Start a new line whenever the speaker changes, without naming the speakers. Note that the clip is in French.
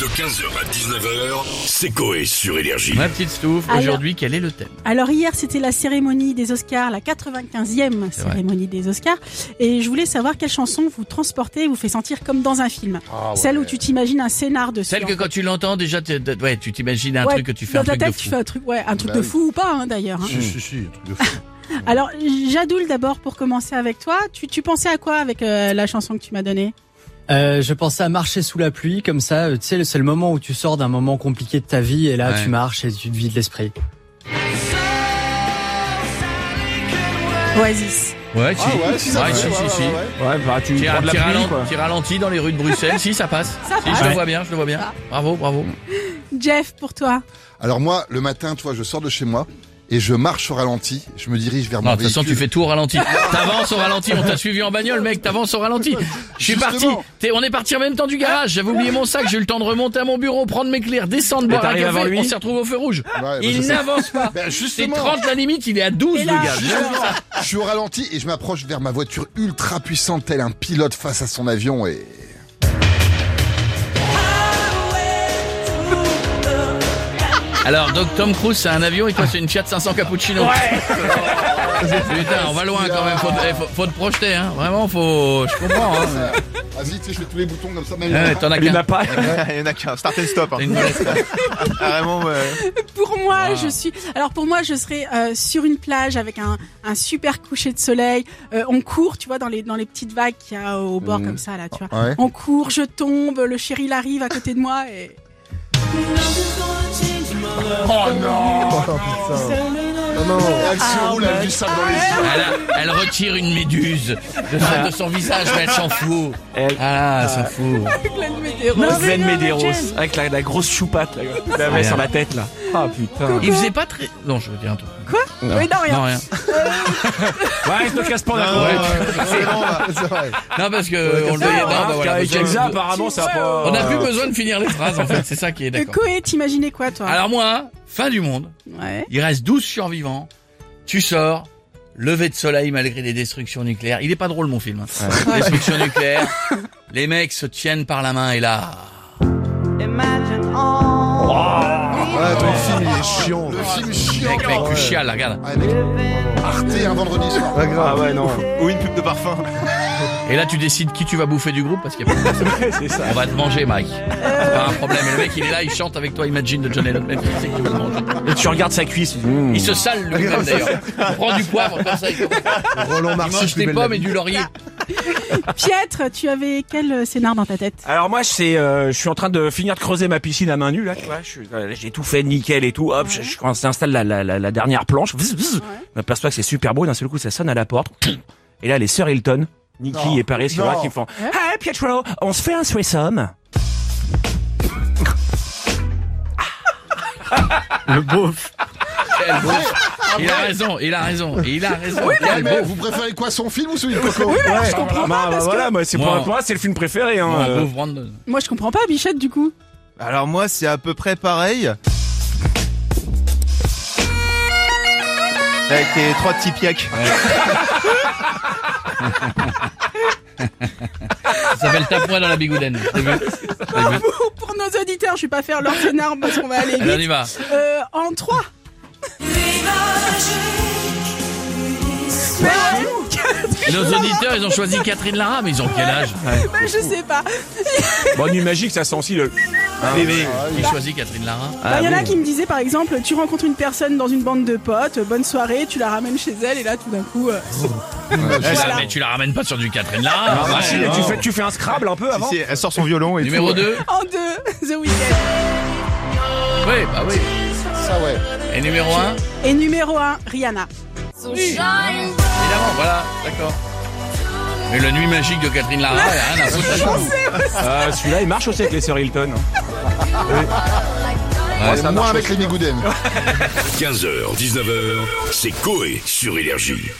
De 15h à 19h, c'est Coé sur Énergie.
Ma petite stouffe,
Alors-
aujourd'hui, quel est le thème
Alors hier, c'était la cérémonie des Oscars, la 95e
C'est vrai.
cérémonie des Oscars. Et je voulais savoir quelle chanson vous transportez et vous fait sentir comme dans un film. Celle où tu t'imagines un scénar de
Ah Celle que quand tu l'entends, déjà, tu ouais, tu t'imagines un truc que tu fais
dans
un
ta
truc de
tête,
fou.
tu fais un truc, ouais, un truc
Bah
de
oui.
fou ou pas hein, d'ailleurs. hein.
Si, si, si, un truc de fou.
Alors, Jadoul, d'abord pour commencer avec toi, tu, tu pensais à quoi avec euh, la chanson que tu m'as donnée
Euh, je pensais à marcher sous la pluie, comme ça, euh, tu sais, c'est le moment où tu sors d'un moment compliqué de ta vie et là
Ouais.
tu marches et tu te vides l'esprit.
Oasis.
Ouais, si.
Ah ouais, si, ça
Ouais,
fait,
si,
ouais,
si,
ouais,
si.
ouais, ouais.
Ouais, bah tu
Qui
prends de la
qui
pluie,
ralent-
quoi.
qui ralentit dans les rues de Bruxelles, si ça passe.
Ça
si,
passe.
je le vois bien, je le vois bien.
Ah.
Bravo, bravo.
Jeff, pour toi
Alors moi, le matin, toi, je sors de chez moi et je marche au ralenti. Je me dirige vers
Non,
mon
de toute façon, tu
véhicule.
fais tout au ralenti. T'avances au ralenti, on t'a suivi en bagnole, mec, t'avances au ralenti. Je suis parti,
Justement.
T'es- on est parti en même temps du garage, j'avais oublié mon sac, j'ai eu le temps de remonter à mon bureau, prendre mes clés, descendre, boire un
t'arrives avant
café,
lui
on s'est retrouvé au feu rouge.
Ouais, bah, je
Il
sais.
n'avance pas.
Ben,
C'est
justement,
30 la limite, il est à 12
Et
le
là-
gars.
je suis au ralenti et je m'approche vers ma voiture ultra puissante, tel un pilote face à son avion et...
Alors, donc Tom Cruise, c'est un avion et toi, c'est une Fiat 500 Cappuccino. Putain, on va loin quand même. Faut, eh, faut, faut te projeter, hein. Vraiment, faut. Je comprends. Hein.
Ah, Vas-y, tu sais, je fais tous les boutons comme ça. même-
Ouais, Eh, T'en as
Il y en
qu'un.
a pas.
Il y en a qu'un, start and stop.
T'as
Hein. Ah, euh,
une molette.
Carrément, ouais.
Pour moi,
Wow.
je suis. Alors pour moi, je serais euh, sur une plage avec un, un super coucher de soleil. Euh, on court, tu vois, dans les dans les petites vagues qu'il y a au bord
Mhm.
comme ça là, tu vois.
Ouais.
On court, je tombe, le chéri il arrive à côté de moi et.
Oh non Non, non, elle se roule, elle a du sable dans les yeux.
Elle, a- elle retire une méduse de son, de son visage, mais elle s'en fout.
Elle-
Ah, elle s'en fout.
Glenn Medeiros.
Glenn Medeiros, avec la, la grosse choupate, là, la
Merde.
sur la tête, là. Ah putain.
Il faisait pas très. Non, je veux dire un truc.
Mais non, rien.
Non, rien.
Ouais, je te casse pas la
Ouais,
couille.
c'est bon, là, c'est vrai.
Non, parce que on
Ah,
le voyait pas. bah voilà,
Avec
besoin de-
Elsa, apparemment, ça a pas.
on n'a plus besoin de finir les phrases, en fait. C'est ça qui est
Euh,
d'accord.
Coé, t'imaginais quoi toi
Alors, moi, fin du monde.
Ouais.
Il reste 12 survivants. Tu sors. Levé de soleil malgré les destructions nucléaires. Il est pas drôle mon film. hein. Destruction nucléaire. Les mecs se tiennent par la main et là.
Ouais, ton film, il est chiant. Le film chiant.
Mec, mec,
ouais.
tu chiales, là, regarde.
Ouais, mec. Arte un vendredi soir.
Ah ouais, non.
Ou une pub de parfum.
Et là, tu décides qui tu vas bouffer du groupe parce qu'il y a pas de personne.
C'est ça.
On va te manger, Mike. C'est pas un problème. Et le mec, il est là, il chante avec toi Imagine de John Lennon. Même s'il sait que tu vas le manger.
Et tu regardes sa cuisse. tu dis, hmm.
Il se sale lui-même d'ailleurs. Il prend du poivre, comme ça. Il
Roland
il mange des pommes et du laurier.
Pietre, tu avais quel euh, scénar dans ta tête
Alors moi, c'est, euh, je suis en train de finir de creuser ma piscine à main nue là. Tu vois, Je suis- euh, j'ai tout fait nickel et tout. Hop, je, je commence- j'installe la, la, la, la dernière planche. Vzz, vzz. Je m'aperçois que c'est super beau. D'un seul coup, ça sonne à la porte. Et là, les sœurs Hilton, Nikki
Non.
et Paris, qui
Non.
qui me font Hey Pietro, on se fait un threesome.
Le beauf.
Quel beau. Il a raison, il a raison, il a raison. Quel
Mais
beau.
Eh, vous préférez quoi, son film ou celui de Coco
Ouais, bah, bah, voilà, moi, c'est
Moi,
pour
on-
pour moi, c'est le film préféré. Hein.
Bon,
Euh,
pauvre Brandon.
Moi, je comprends pas, Bichette, du coup.
Alors moi, c'est à peu près pareil. Avec tes trois petits piacs.
Ça s'appelle Tape-moi dans la bigoudaine. T'as vu T'as vu
Pour, pour nos auditeurs, je vais pas faire leur scénar parce qu'on va aller
Allez, on y
vite.
va.
Euh, en 3
Nos auditeurs, ils ont choisi Catherine Lara, mais ils ont quel âge
Ah
bah, je sais pas.
Bon, nuit magique, ça sent aussi le.
Ah,
bébé.
Qui choisit Catherine Lara
Ah,
Bah, Il y en a qui me disaient par exemple, tu rencontres une personne dans une bande de potes, euh, bonne soirée, tu la ramènes chez elle et là tout d'un coup, euh,
Eh, ça,
Voilà.
Mais tu la ramènes pas sur du Catherine Lara.
Ah,
ouais.
si, tu, fais, tu fais un scrabble un peu avant.
Si, si, elle sort son violon et
Numéro
tout.
2
en deux, The Weeknd.
Oui, bah oui.
Ça, ouais.
Et numéro 1
Et numéro 1, Rihanna.
Évidemment, voilà, d'accord. Mais la nuit magique de Catherine Lara, elle a rien à foutre là-dedans.
Ah, Celui-là, il marche aussi avec les sœurs Hilton.
Moi, avec les bigoudens.
15h, 19h, c'est Coé sur Énergie.